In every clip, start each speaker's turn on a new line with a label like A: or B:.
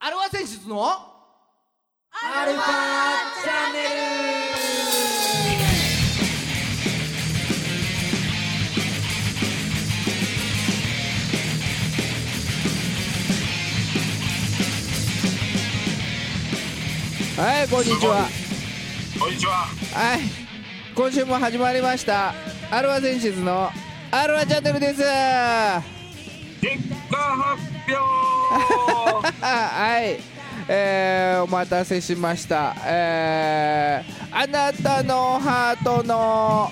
A: アルファ選出のアルファチャンネ
B: ルはいこんにちは
C: こんにちは。
B: はい今週も始まりましたアルファ選手のアルファチャンネルですあ
C: 結果発表。
B: はいえー、お待たせしましたえー、あなたのハートの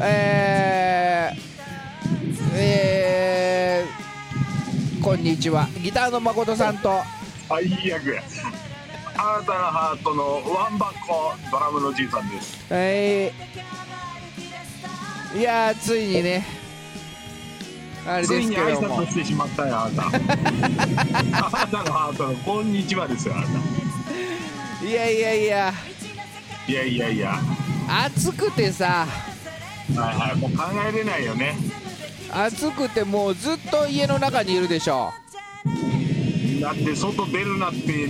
B: えー、えー、こんにちはギターの誠さんと
C: 最悪や。あなたのハートのワンバッコドラムのじいさんです。
B: はい。いやーついにね。あれ
C: つ
B: で
C: い
B: すけ
C: に挨
B: ども
C: 拶。してしまったよ あなた。あなたのハートのこんにちはですよあなた。
B: いやいやいや、
C: いやいやいや。は
B: 暑くてさ、
C: いはいもう考えれないよね。
B: 暑くてもうずっと家の中にいるでしょ。
C: だって外出るなって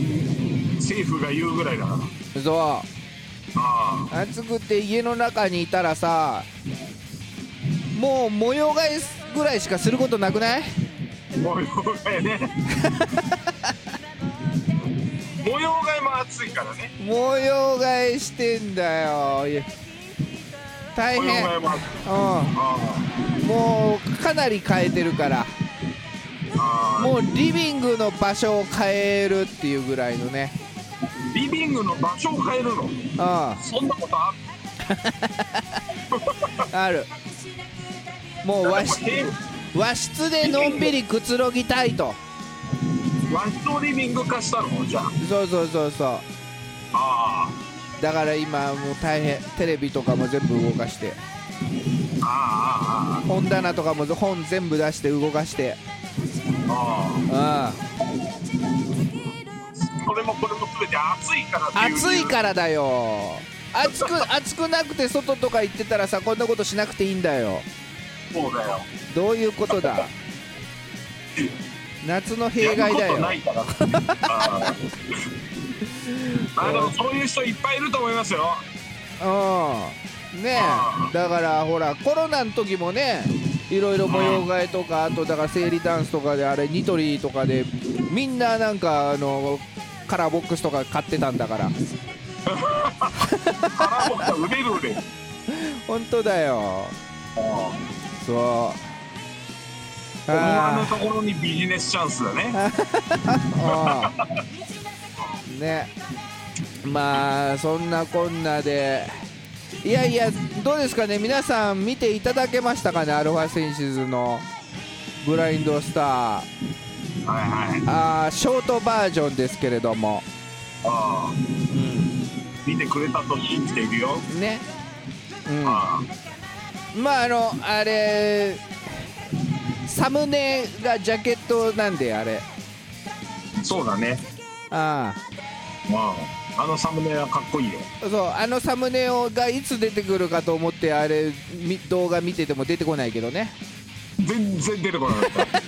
C: 政府が言うぐらいだから。
B: そ
C: あ
B: う、暑くて家の中にいたらさ、もう模様替えぐらいしかすることなくない？
C: あ模様替え ね。模様替えも暑いからね。
B: 模様替えしてんだよ。いや大
C: 模様
B: 変。
C: 替えも暑い。
B: う
C: ああ。
B: ん、もうかなり変えてるから。
C: あ
B: もうリビングの場所を変えるっていうぐらいのね、
C: ーリビングの場所を変えるの
B: うん、あ
C: そんなことあ
B: るもう
C: る
B: 和
C: やっぱ
B: 室
C: テーブ
B: 和室でのんびりくつろぎたいと
C: ル和室をリビング化したのじゃあ
B: そうそうそうそう
C: あ
B: だから今もう大変テレビとかも全部動かして
C: ーあー
B: 本棚とかも本全部出して動かして
C: あーあ
B: うん
C: ーこれもこれも全て暑いからっていう
B: 暑いからだよ暑く暑くなくて外とか行ってたらさこんなことしなくていいんだよ
C: そうだよ
B: どういうことだ 夏の弊
C: やる
B: 害
C: こ
B: だよ
C: とないから あーあでもそういう人いっぱいいると思いますよ
B: うんね
C: あ
B: えだからほらコロナの時もねいろいろ模様替えとかあとだから生理ダンスとかであれニトリとかでみんななんかあのカラーボックスとか買ってたんだから
C: 腹もが売れる 売れる
B: 本当だよ
C: あー
B: そう
C: 思わぬ
B: あ
C: ところにビジネスチャンスだね
B: あうんねまあそんなこんなでいやいやどうですかね皆さん見ていただけましたかねアルファセンシズのブラインドスター
C: はいはい
B: あーショートバージョンですけれども、
C: あー見てくれたと信じているよ
B: ね、
C: あ
B: うん、まああのあれサムネがジャケットなんであれ
C: ーそうだね
B: あ
C: まあ、あのサムネはかっこいいよ。
B: ーそうあのサムネをがいつ出てくるかと思ってあれみ動画見てても出てこないけどね
C: 全然出てこなか った。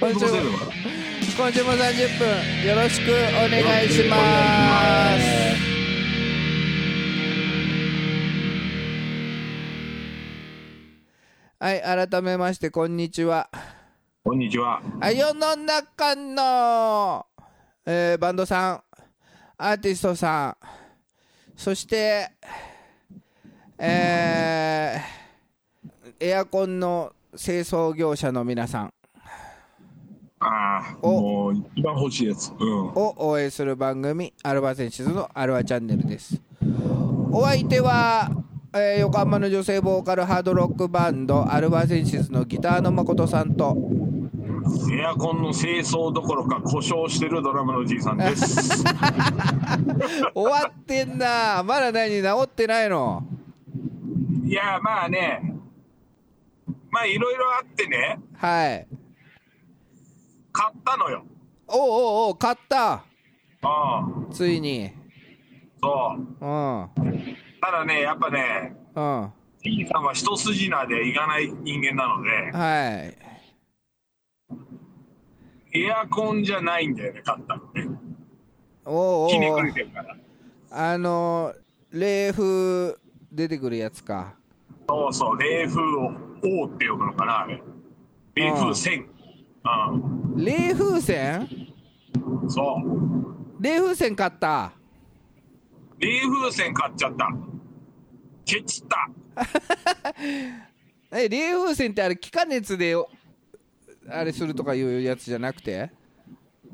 B: 今
C: 本
B: 週
C: 当
B: も
C: 出てこなかっ
B: 今週も30分よろしくお願いしますはい改めましてこんにちは
C: た。こんにちは。
B: あ世の中の、えーバンドさんアーティストさんそして、えーエアコンの清掃業者の皆さん
C: ああ、も
B: お
C: う一番欲しいやつ。うん。
B: を応援する番組「アルバセンシズのアルバチャンネル」ですお相手は、えー横浜の女性ボーカルハードロックバンドアルバセンシズのギターの誠さんと
C: エアコンの清掃どころか故障してるドラムのじいさ んです。
B: 終わってんなまだ何治ってないの
C: いや、まあね。まあ、いろいろあってね。
B: はい
C: 買ったのよ。
B: おうおうおう買った
C: ああ、
B: ついに
C: そう。
B: うんうん
C: ただね、やっぱね、
B: は
C: じいさんは一筋縄でいかない人間なので、
B: い
C: エアコンじゃないんだよね、買ったのね。
B: おうおう
C: ひねくれてるから。
B: あの冷風出てくるやつか
C: そうそう、冷風を王って呼ぶのかな、あれ。冷風船。
B: 冷風船
C: うん、そう。
B: 冷風船買った
C: 冷風船買っちゃった。ケチった。
B: え冷風船ってあれ気化熱でおあれするとかいうやつじゃなくて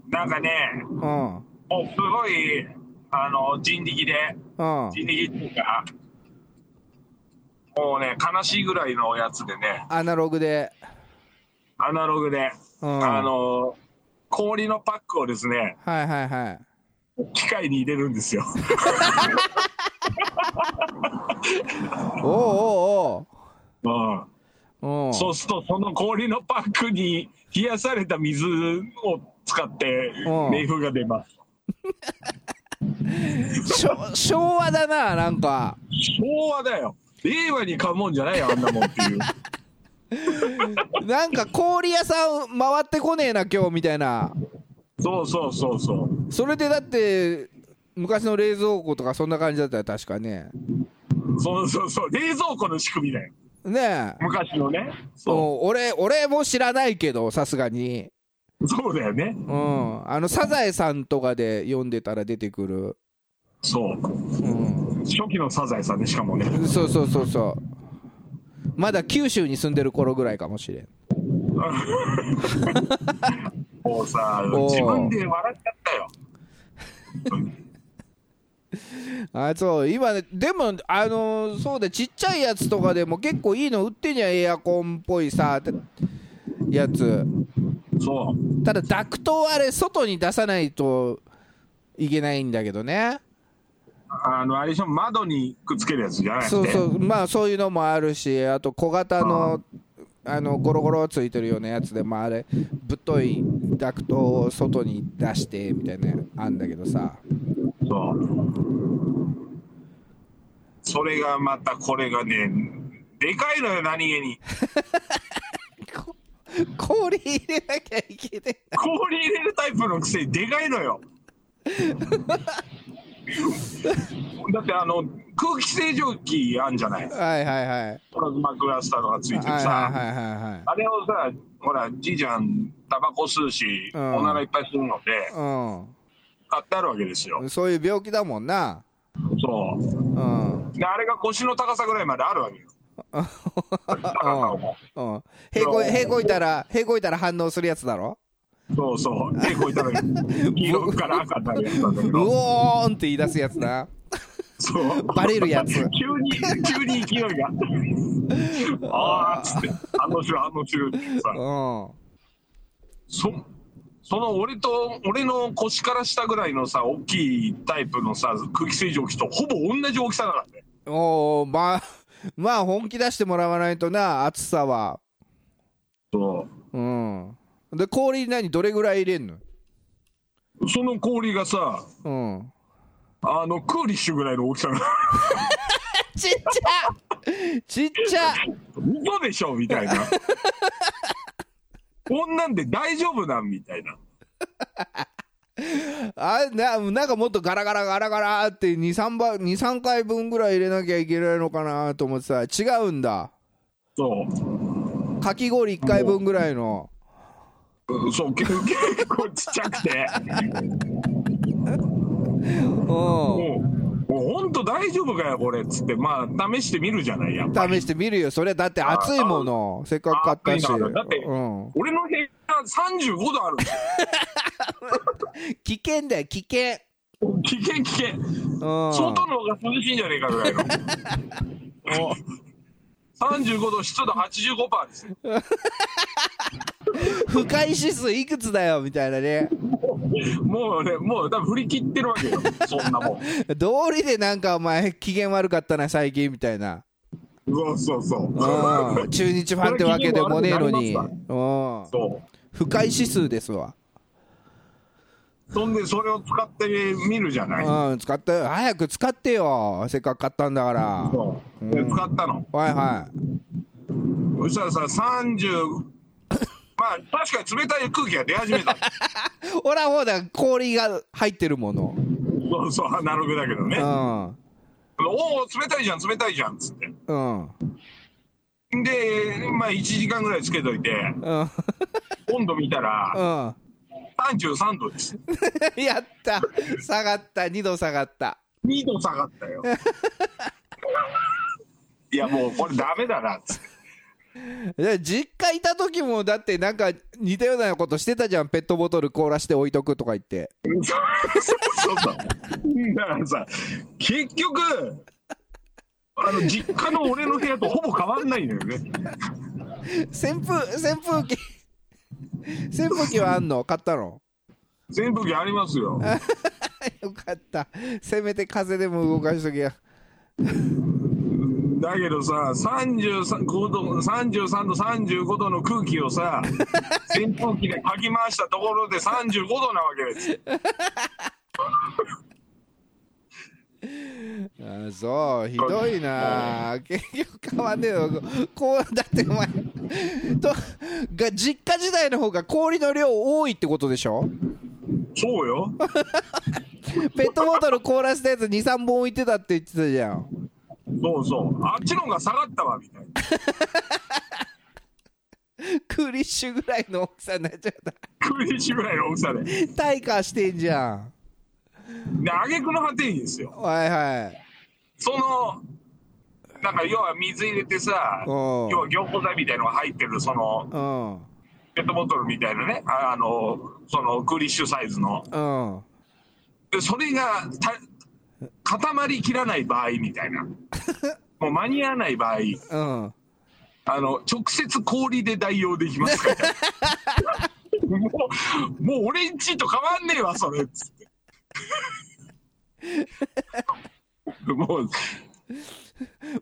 C: なんかね、
B: うんうん
C: もうすごい、あの、人力で、
B: あ
C: 人力っていうか、もうね、悲しいぐらいのやつでね、
B: アナログで
C: アナログで、
B: うん
C: あの、氷のパックをですね、
B: はいはいはい
C: 機械に入れるんですよ。
B: おう
C: う
B: おうお
C: ん。
B: ううん
C: そうすると、その氷のパックに冷やされた水を使って
B: うん、
C: 冷風が出ます。
B: しょ昭和だななんか
C: 昭和だよ。令和に買うもんじゃないよ、あんなもんって いう。
B: なんか氷屋さん回ってこねえな今日みたいな
C: そうそうそうそう。
B: それでだって昔の冷蔵庫とかそんな感じだったよ確かね
C: そうそうそう。冷蔵庫の仕組みだよ。
B: ねえ
C: 昔のね。そ
B: お俺俺も知らないけどさすがに
C: う。そうだよね。
B: うんあのサザエさんとかで読んでたら出てくる
C: そう。
B: うん
C: 初期のサザエさんで、しかもね。
B: そうそうそうそうまだ九州に住んでる頃ぐらいかもしれん
C: もうさ、
B: おー
C: 自分で笑っちゃったよ。
B: あそう今ねでもあのーそうだちっちゃいやつとかでも結構いいの売ってんじゃんエアコンっぽいさてやつ
C: そう。
B: ただダクトをあれ外に出さないといけないんだけどね
C: あの、あれでしょ、窓にくっつけるやつじゃなくて。
B: そうそうまあそういうのもあるしあと小型のあのゴロゴロついてるようなやつでもあれぶっといダクトを外に出してみたいなあんだけどさ
C: そう。それがまたこれがね、でかいのよ、何 気に。
B: こ 氷入れなきゃいけない
C: 氷入れるタイプのくせにでかいのよ。だってあの空気清浄機あんじゃない
B: はいはいはい
C: プラズマクラスターとかついて
B: は
C: る
B: い
C: さ、
B: はいはいはいはい
C: あれをさほらじいちゃんタバコ吸うし、
B: うん
C: おならいっぱいするので買ってあるわけですよ
B: うん、そういう病気だもんな。
C: そ
B: うん。
C: うであれが腰の高さぐらいまであるわけよ
B: うん
C: 高さも
B: うん。平行、平行いたら、平行いたら反応するやつだろ
C: そうそう手こいたら黄色から赤になるやつなんだけ
B: う
C: ど
B: おーんって言い出すやつな。
C: そう
B: バレるやつ
C: 急に急に勢いがああっつってあの種あの種ってさ
B: うん。
C: そその俺と俺の腰から下ぐらいのさ大きいタイプのさ空気清浄機とほぼ同じ大きさだからね
B: おおまあ、まあ本気出してもらわないとな、暑さは。
C: そ
B: うん。で、氷何どれぐらい入れんの
C: うその氷がさ
B: うん。
C: あのクーリッシュぐらいの大きさが
B: ちっちゃちっちゃ
C: 嘘でしょみ たいなこんなんで大丈夫なんみたいな
B: あななんかもっとガラガラガラガラって23倍二三回分ぐらい入れなきゃいけないのかなと思ってさ違うんだ
C: そう
B: かき氷1回分ぐらいの
C: うんそう結構 結構ちっちゃくて
B: う
C: もうもうほんと大丈夫かよこれっつってまあ試してみるじゃないやっぱ
B: ん試してみるよそれだって暑いものせっかく買ったし
C: 暑いなだって
B: うん
C: 俺の部屋35度ある
B: 危険だよ危険
C: 危険危険
B: うん
C: 外の方が涼しいんじゃねえかぐらい の。35度、湿度85%ですよ。
B: 不快指数いくつだよみたいなね
C: もうね、もう多分振り切ってるわけよ、そんなもん。
B: 道理でなんかお前機嫌悪かったな最近みたいな
C: そうそうそう。
B: うん中日ファンってわけでもねえのに
C: それ機嫌悪
B: うん
C: そ
B: 不快指数ですわ
C: う。そんで、それを使ってみるじゃない。
B: うん、使って、早く使ってよ、せっかく買ったんだから。は
C: そうで使ったの。
B: いはい。
C: そしたらさ、30、ま あ、確かに冷たい空気が出始めた。
B: ほら、ほら、氷が入ってるもの。
C: そうそう、アナログだけどね。
B: うん
C: おお、冷たいじゃん、冷たいじゃん、つって。
B: うん
C: で、まあ、1時間ぐらいつけといて、
B: うん
C: 温度見た
B: う
C: ら、
B: ん
C: 33度です。
B: やった下がった2度下がった
C: 2度下がった よ。いや、もうこれダメだな、つって。
B: いや実家いた時もだってなんか似たようなことしてたじゃんペットボトル凍らして置いとくとか言って
C: そうそう。だからさ、結局、あの、実家の俺の部屋とほぼ変わんないのよね。
B: 扇風扇風機 扇風機はあんの買ったの
C: 扇風機ありますよ。
B: よかったせめて風でも動かしときや
C: だけどさ、33度、33度、35度の空気 をさ、扇風機でかき回したところで35度なわけです。
B: あそうひどいな結局変わんねえのこうだってお前とが実家時代の方が氷の量多いってことでしょ
C: そうよ。
B: ペットボトル凍らせたやつ23本置いてたって言ってたじゃん
C: そうそう。あっちの方が下がったわ、みたいな。
B: クリッシュぐらいの大きさになっちゃった
C: クリッシュぐらいの大きさで。で、
B: 退化してんじゃん
C: 挙句の果てにですよ。
B: はいはい
C: その、なんか要は水入れてさ、
B: うん
C: 要は凝固剤みたいのが入ってる、そ
B: う
C: の、
B: ん
C: ペットボトルみたいなね、ああの、そのクリッシュサイズの。
B: うん
C: でそれがた固まりきらない場合みたい なもう間に合わない場合
B: うん
C: あの直接氷で代用できますから もうもう俺んちと変わんねえわそれっつってもう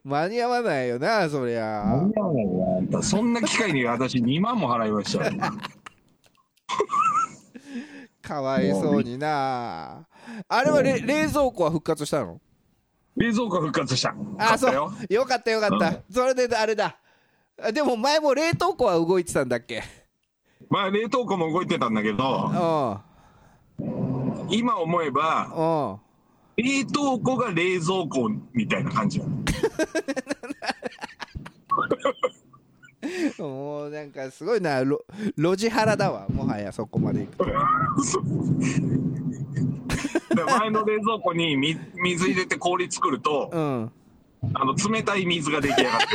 B: 間に合わないよなそりゃ
C: 間に合わないわあんたそんな機会に私2万も払いましたよ
B: かわいそうになあれはれ冷蔵庫は復活したの
C: 冷蔵庫復活した買
B: あ
C: っ
B: そ
C: たよ
B: うよかったよかった、
C: う
B: それであれだあでも前も冷凍庫は動いてたんだっけ
C: まあ冷凍庫も動いてたんだけ
B: う
C: ど
B: んうん
C: 今思えば冷凍庫が冷蔵庫みたいな感じなの
B: もうなんかすごいなロ路地腹だわもはやそこまで 行くと
C: で前の冷蔵庫にみ水入れて氷作ると、
B: うん
C: あの冷たい水が出来上がって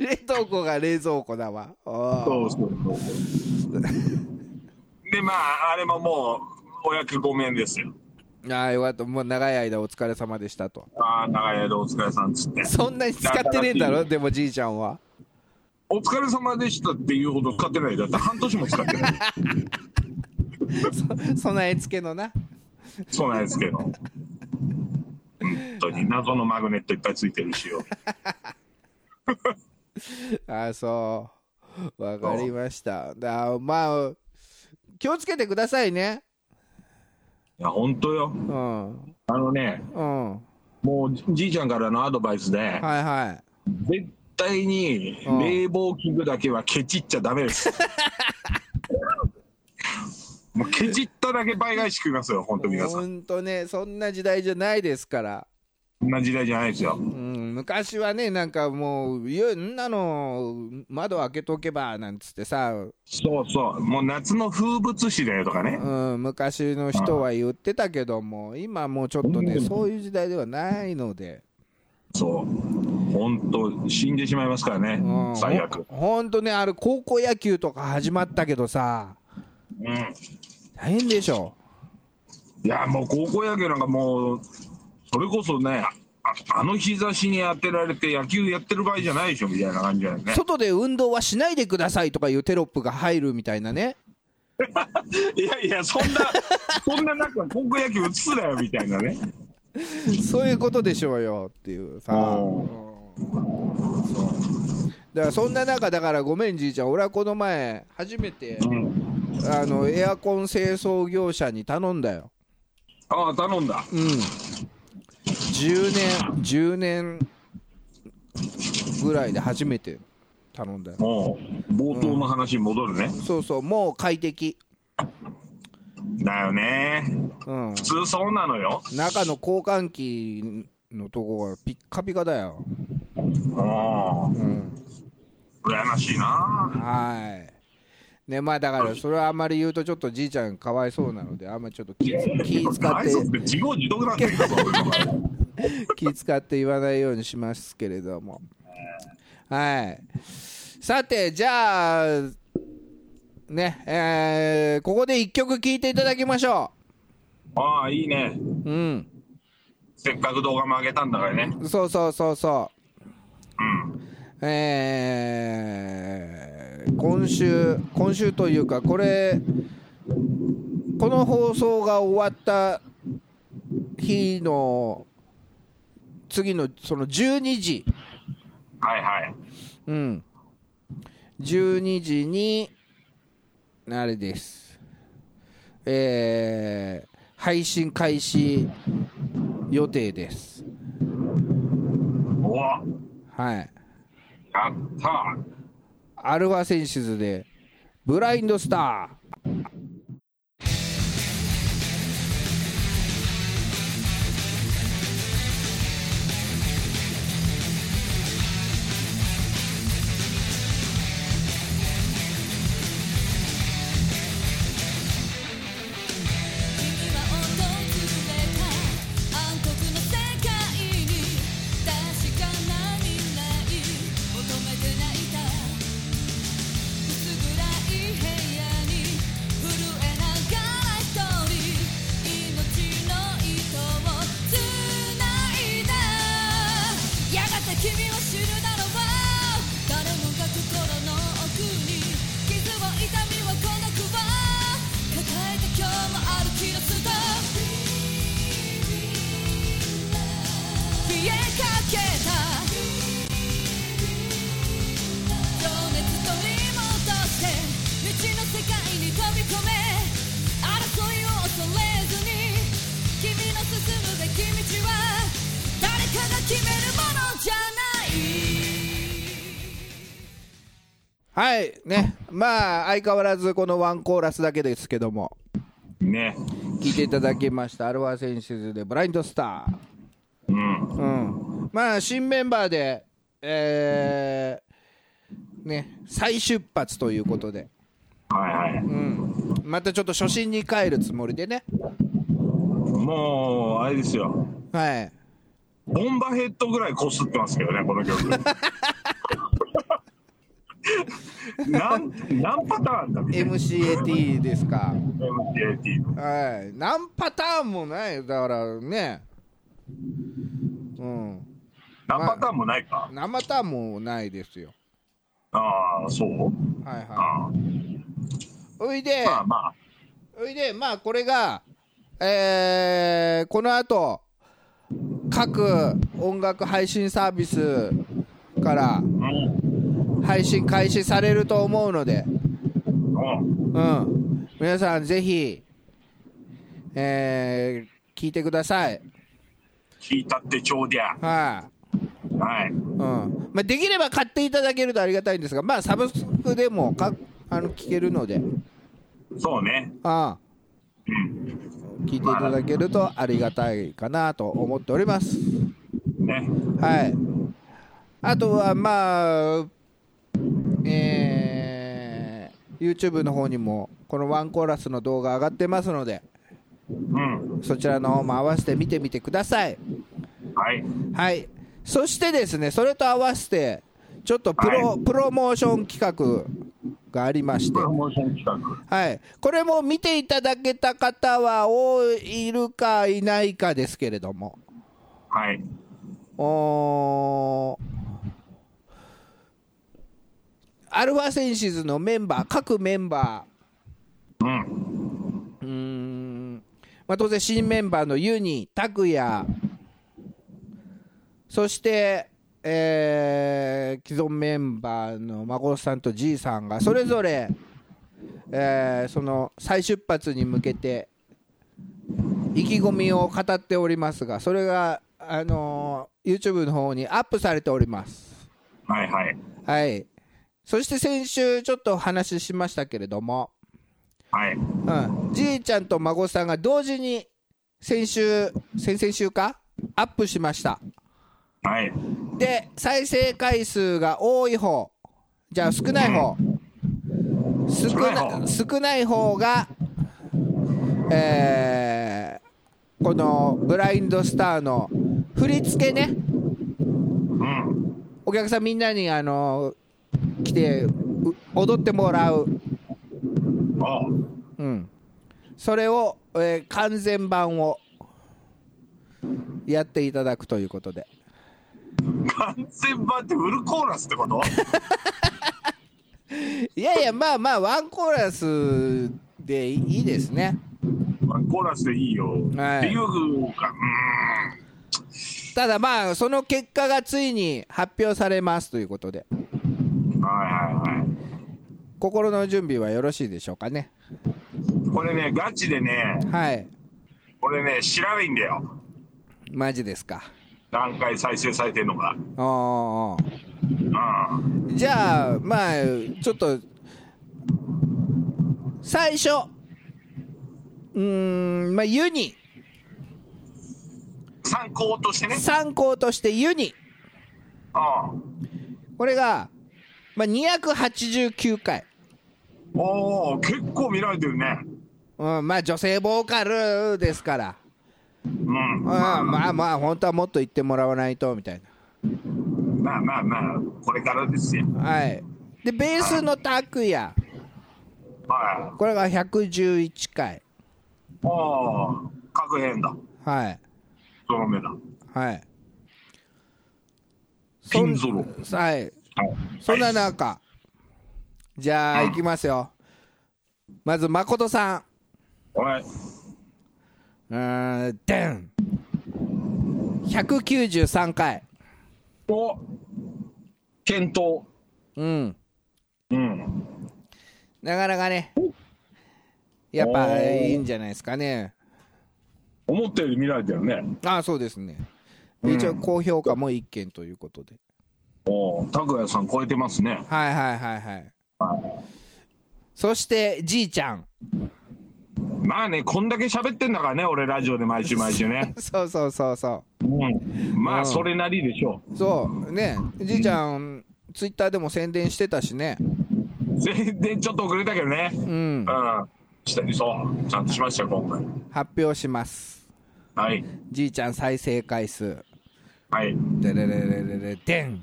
B: 冷凍庫が冷蔵庫だわお
C: る でまああれももうお役ごめんですよ
B: ーああよかったもう長い間お疲れ様でしたと
C: ああ長い間お疲れさんっつっ て
B: そんなに使ってねえんだろ
C: 新しい
B: でもじいちゃんは
C: お疲れ様でしたっていうほど使ってないだって半年も使っ てない
B: そ 備え付けのな
C: そうなんですけど本当に謎のマグネットいっぱいついてるしよ
B: ああそうわかりましただまあ気をつけてくださいね
C: いや本当よ
B: うん
C: あのね
B: うんは
C: もうじいちゃんからのアドバイスで、
B: いはい
C: 絶対に
B: うん
C: 冷房器具だけはケチっちゃダメ です。もうケチっただけ倍返し食いますよ、本当皆さん。
B: ほんとねそんな時代じゃないですから
C: そんな時代じゃないですよ。
B: うん、昔はねなんかもう「いやんなの窓開けとけば」なんつってさ、
C: そうそう、もう夏の風物詩だよとかね
B: う。ん、昔の人は言ってたけども今もうちょっとねそういう時代ではないので、
C: そう、本当死んでしまいますからね
B: う、ん、
C: 最悪。
B: ほんほんとねあれ高校野球とか始まったけどさ
C: うん。
B: 大変でしょ
C: いや、もう高校野球なんかもう、それこそね、ああの日差しに当てられて野球やってる場合じゃないでしょみたいな感じだよね。
B: 外で運動はしないでくださいとかいうテロップが入るみたいなね
C: いやいや、そんな、 そんな中、高校野球映すなよみたいなね。
B: そういうことでしょうよっていうさ、
C: うん
B: うんそうだからそんな中だからごめんじいちゃん俺はこの前初めて
C: うん、
B: あのエアコン清掃業者に頼んだよ
C: ああ頼んだ
B: うん10年10年ぐらいで初めて頼んだよ
C: もう冒頭の話に戻るね、
B: そうそうもう快適
C: だよね
B: うん
C: 普通そうなのよ
B: 中の交換器のとこがピッカピカだよ
C: うん
B: うん
C: 羨ましいな
B: はいねまあだからそれはあんまり言うとちょっとじいちゃんかわいそうなのであんまちょっと気気使っ
C: 大丈夫
B: て
C: 自業自得なんだけど
B: 気使って言わないようにしますけれどもはいさてじゃあねえーここで一曲聴いていただきましょ
C: ああいいね
B: ううん
C: せっかく動画も上げたんだからね
B: そうそうそうそう
C: うん
B: えー今週、今週というか、これ、この放送が終わった日の次のその12時、
C: はいはい
B: うん、12時に、あれです、えー配信開始予定です。
C: おおや
B: はい
C: った
B: アルファセンシズでブラインドスタ
D: 「君は訪れた暗黒の世界に確かな未来求めて泣いた」「薄暗い部屋に震えながら一人」「命の糸をつないだ」「やがて君を知るだろう」「誰もが心の奥に傷を痛みを孤独を」「抱えて今日も歩き出すと」「消えかけた」情熱取り戻して未知の世界に飛び込め争いを恐れずに君の進むべき道は誰かが決めるものじゃない
B: ーはいねまあ相変わらずこのワンコーラスだけですけども
C: ね
B: 聞いていただきましたアルファセンシズでブラインドスタ
C: うん
B: ーうんまあ新メンバーでえー、ね再出発ということで
C: はいはい
B: うんまたちょっと初心に帰るつもりでね
C: もうあれですよ
B: はい
C: ボンバーヘッドぐらいこすってますけどねこ の曲なん何パターンだみたいな
B: MCAT ですか
C: MTAT の
B: はい、何パターンもないよだからね、うん、
C: 何パターンもないか、
B: 何パターンもないですよ。
C: ああそう
B: はいは
C: あ
B: い。おいで
C: あ、まあまあ
B: おいで、まあこれが、えー、この後、各音楽配信サービスから
C: うん
B: 配信開始されると思うので、
C: うん
B: うん、皆さんぜひ、えー、聞いてください。
C: 聞いたってちょうでや
B: はい、
C: はい
B: うんまあ、できれば買っていただけるとありがたいんですが、まあ、サブスクでもかあの聞けるので、
C: そうね
B: あ
C: うん
B: あ聞いていただけるとありがたいかなと思っております。
C: ね
B: はい、あとは、まあえー、YouTube の方にもこのワンコーラスの動画上がってますので、
C: うん
B: そちらの方も合わせて見てみてください。
C: はい
B: はい、そしてですね、それと合わせて、ちょっとプロ,、
C: は
B: プロモーション企画がありまして
C: プ、ロモーション企画
B: はい、これも見ていただけた方は多いるかいないかですけれども、
C: はい
B: おーアルファセンシズのメンバー、各メンバ
C: うん
B: ー、うーんまあ、当然新メンバーのユニ、タクヤ、そして、えー既存メンバーの孫さんとじいさんがそれぞれ、えーその再出発に向けて意気込みを語っておりますがそれが、あのー YouTube の方にアップされております。
C: はいはい
B: はいそして先週ちょっとお話ししましたけれども、
C: はい。
B: うん、じいちゃんと孫さんが同時に先週先々週かアップしました
C: はい。
B: で再生回数が多い方じゃあ少ない方、少
C: 少ない
B: な
C: 方
B: 少ない方がえーこのブラインドスターの振り付けね
C: うん。
B: お客さんみんなにあの来てう踊ってもらう
C: あ
B: うん、それを、えー完全版をやっていただくということで
C: 完全版ってフルコーラスってこと
B: いやいやまあまあワンコーラスでいいですね
C: まあコーラスでいいよ。
B: はい
C: っていうか、
B: ただまあその結果がついに発表されますということで
C: うーん。はいはいは
B: 心の準備はよろしいでしょうかね
C: い。これね、ガチでね、
B: はい
C: これね、知らないんだよ。
B: マジですか
C: 何回再生されてんのか。
B: おーおー
C: うん。
B: じゃあまあちょっと最初うーんまあユニ
C: 参考としてね。
B: 参考としてユニ
C: う
B: これが、まあ、289回、
C: ん。おお、結構見られてるね。
B: うん、まあ女性ボーカルですから、
C: うん。
B: うん、まあまあ本当はもっと言ってもらわないとみたい
C: まあまあまあ、これからですよ。
B: なはいでベースの拓也
C: は
B: これが111回
C: い。おお、各編だ。
B: はい
C: ゾロ目だ。
B: はい
C: ピンゾロ。
B: そんはい
C: はい
B: そんな中じゃあいきますよまず誠さ
C: はい。
B: んうーんでん193回
C: お検討。
B: うん
C: うん。
B: なかなかね、やっ
C: お
B: ぱ
C: ー
B: いいんじゃないですかね。
C: 思ったより見られてるね。
B: ああ、そうですね。
C: うん
B: 一応、高評価も一件ということで。
C: おお、拓也さん超えてますね。
B: はいはいはいはい。
C: は
B: そして、じいちゃん。。
C: いまあね、こんだけ喋ってんだからね、俺ラジオで毎週毎週ね
B: そうそうそうそ
C: うん。ま
B: うん
C: あ、それなりでしょ
B: う。そう、ね、じいちゃん、ツイッターでも宣伝してたしね。
C: う。全然ちょっと遅れたけどね。
B: う
C: うんん。。したりそう。ちゃんとしましたよ、今
B: 発表します。
C: 回。はい。
B: じいちゃん再生回数。
C: はい。
B: でれれれれれでん。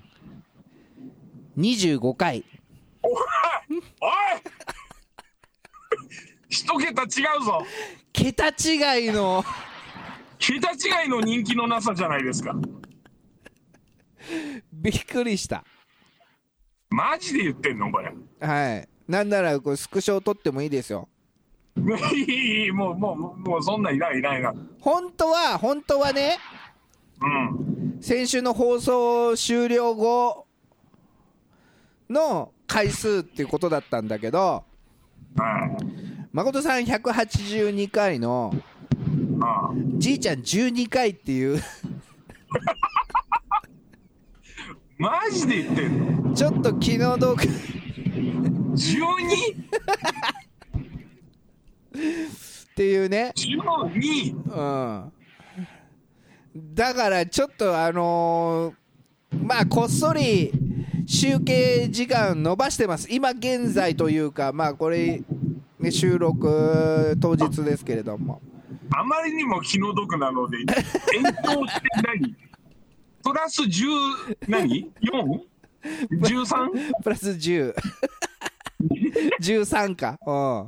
B: 25回。
C: おいおい 一桁違うぞ
B: 桁違いの。
C: 桁違いの人気のなさじゃないですか
B: びっくりした。
C: マジで言ってんのこれ
B: はい。なんならこれスクショを撮ってもいいですよ。
C: いいいいもうもうもうもうそんなんいないいないな
B: 本当は、本当はね、
C: うん
B: 先週の放送終了後の回数っていうことだったんだけど、
C: はい
B: 誠さん182回の、
C: ああ
B: じいちゃん12回っていう、
C: マジで言ってんの
B: ちょっと気の毒、
C: 12?12?
B: っていうね。うん。だからちょっとあのーまあこっそり集計時間伸ばしてます。今現在というか、まあこれ、ね、収録当日ですけれども。
C: あまりにも気の毒なので延長して何プラス10何 4?13?
B: プラス10。13か。う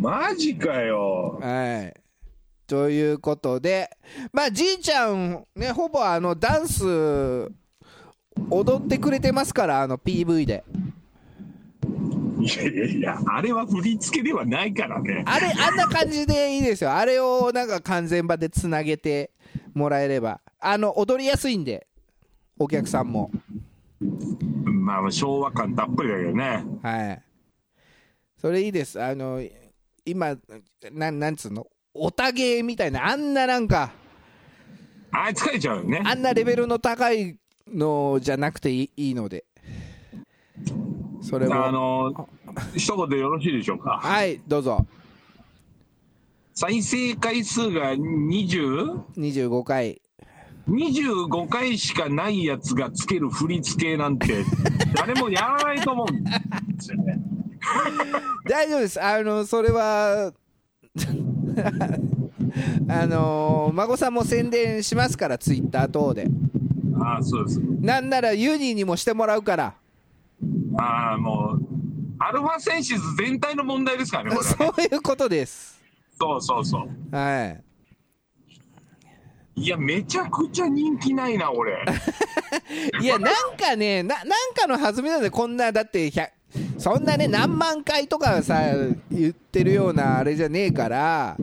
C: マジかよ
B: ん。はい。ということで、まあじいちゃん、ね、ほぼあのダンス踊ってくれてますから、あの PV で。
C: いやいやいや、あれは振り付けではないからね。
B: あれ、あんな感じでいいですよ。あれをなんか完全版でつなげてもらえれば。あの、踊りやすいんで、お客さんも。
C: まあ、昭和感たっぷりだけどね。
B: はい。それいいです。あの、今、なん、なんつうのおたげみたいな、あんななんか、
C: あれ疲れちゃうよね。
B: あんなレベルの高いのじゃなくていいいいので。それも
C: あの一言でよろしいでしょうか
B: はいどうぞ
C: 再生回数が 20?25
B: 25回
C: 回しかないやつがつける振り付けなんて誰もやらないと思うんですよね
B: 大丈夫ですあのそれは あの孫さんも宣伝しますからツイッター等で
C: ああそうです
B: なんならユニーにもしてもらうから
C: ああもうアルファセンシス全体の問題ですからねこれはね
B: そういうことです
C: そうそうそう
B: はい
C: いやめちゃくちゃ人気ないな俺
B: いやなんかねななんかの弾みなんでこんなだって100そんなね何万回とかさ言ってるようなあれじゃねえから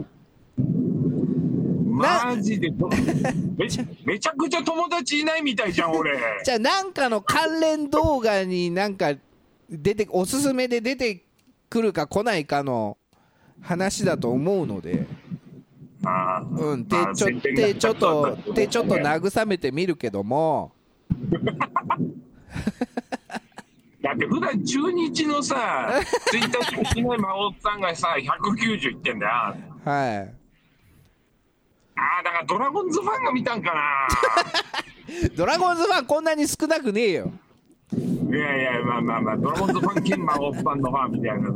C: マジ でとめめちゃくちゃ友達いないみたいじゃん俺
B: じゃあなんかの関連動画になんか出ておすすめで出てくるか来ないかの話だと思うので、
C: あー
B: うん、で
C: まあ
B: ちょ
C: 宣伝
B: で
C: が
B: ちょっ
C: だ
B: と
C: たん
B: でちょっと
C: だね
B: 慰めてみるけども
C: だって普段中日 のさツイッターしかしない魔王さんがさ190いってんだよあ
B: は
C: あだからドラゴンズファンが見たんか
B: いドラゴンズファンこんなに少なくねえよ
C: ないやいやまあまあまあドラゴンズファン兼魔王さんのファンみたいな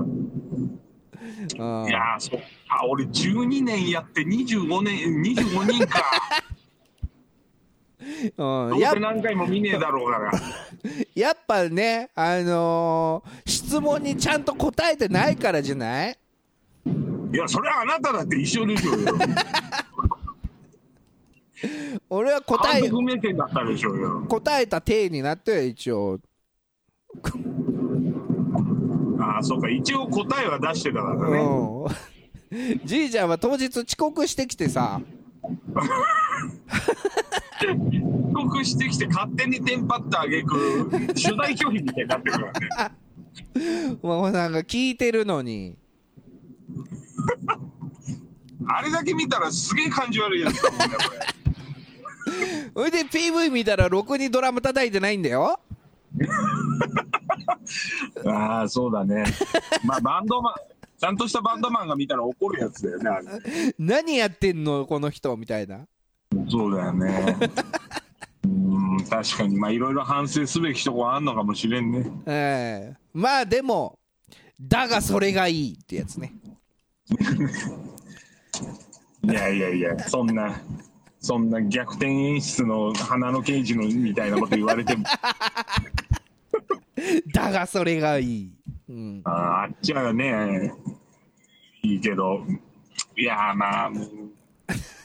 B: うん
C: いやーそっか俺12年やって25年25人 か
B: う
C: ど
B: ん
C: う
B: や
C: せ何回も見ねえだろうから
B: やっぱねあのー質問にちゃんと答えてないからじゃない
C: いやそれはあなただって一緒でしょうよ
B: 俺は答
C: 監
B: え
C: 督目線だったでしょうよ
B: 答えた体になっては一応
C: ああそうか一応答えは出してたからね、
B: うん、じいちゃんは当日遅刻してきてさ
C: 帰国してきて勝手にテンパった挙句取材拒否みたいになってるからね
B: 馬子さんが聞いてるのに
C: あれだけ見たらすげえ感じ悪いやつだもんねこ
B: それで PV 見たらろくにドラム叩いてないんだよ
C: れああそうだねまあバンドマンちゃんとしたバンドマンが見たら怒るやつだよねあれ
B: 何やってんのこの人みたいな
C: そうだよねうん確かにまあいろいろ反省すべきとこはあんのかもしれんね
B: ええまあでもだがそれがいいってやつね
C: いやいやいやそんなそんな逆転演出の花の刑事のみたいなこと言われても
B: だがそれがいい、うん
C: あ、ーあっちはねいいけどいやーまあ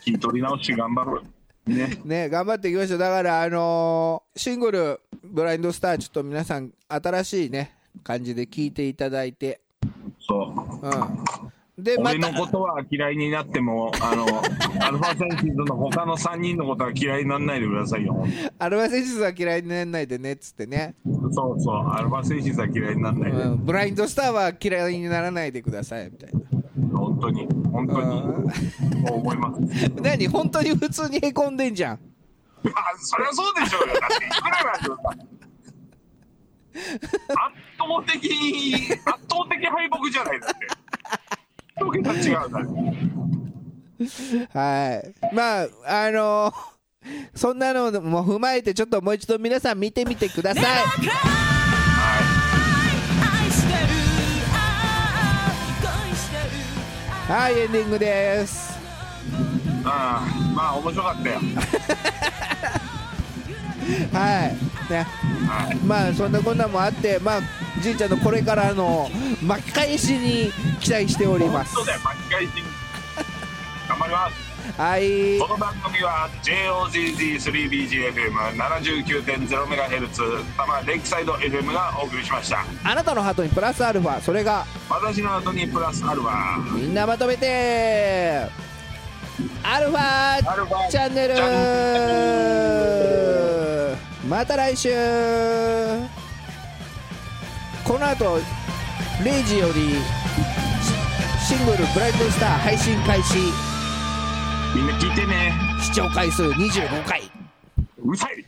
C: 聞い取り直して頑張ろうね
B: ね頑張っていきましょうだからあのーシングル「ブラインドスター」ちょっと皆さん新しいね感じで聞いていただいて
C: そう
B: うんでま
C: 俺の
B: た
C: ことは嫌いになっても あのアルファセンシズの他の3人のことは嫌いにならないでくださいよ
B: アルバセンシスは嫌いにならないでねっつってね、
C: そうそうアルファセンシズは嫌いにならな
B: う
C: いで、
B: ん、ブラインドスターは嫌いにならないでくださいみたいな
C: 本当に本当にそう思います
B: 何本当に普通にへこんでんじゃん
C: あそりゃそうでしょうよ。だっていくらなんでもさ圧倒的に圧倒的敗北じゃないだって。一桁違うだね。
B: はいまああのー そんなのも踏まえてちょっともう一度皆さん見てみてください
D: 愛してるああ恋してる
B: はいエンディングです
C: ああ、まあ面白かったよ。
B: はいねまあそんなこんなもあってまあじいちゃんのこれからの巻き返しに期待しております
C: そうだよ、巻き返し。頑張ります。
B: はい
C: この番組は JOZZ3BGFM79.0MHz 多摩レイクサイド FM がお送りしました。
B: あなたのハートにプラスアルファそれが
C: 私の後にプラスアルファ。
B: みんなまとめてアルフ
C: アルファ
B: ァチャンネル
C: チャ
B: また来週この後0時よりシシングル「ブライトスター」配信開始
C: みんな聞いてね。
B: 視聴回数25回
C: うるさい。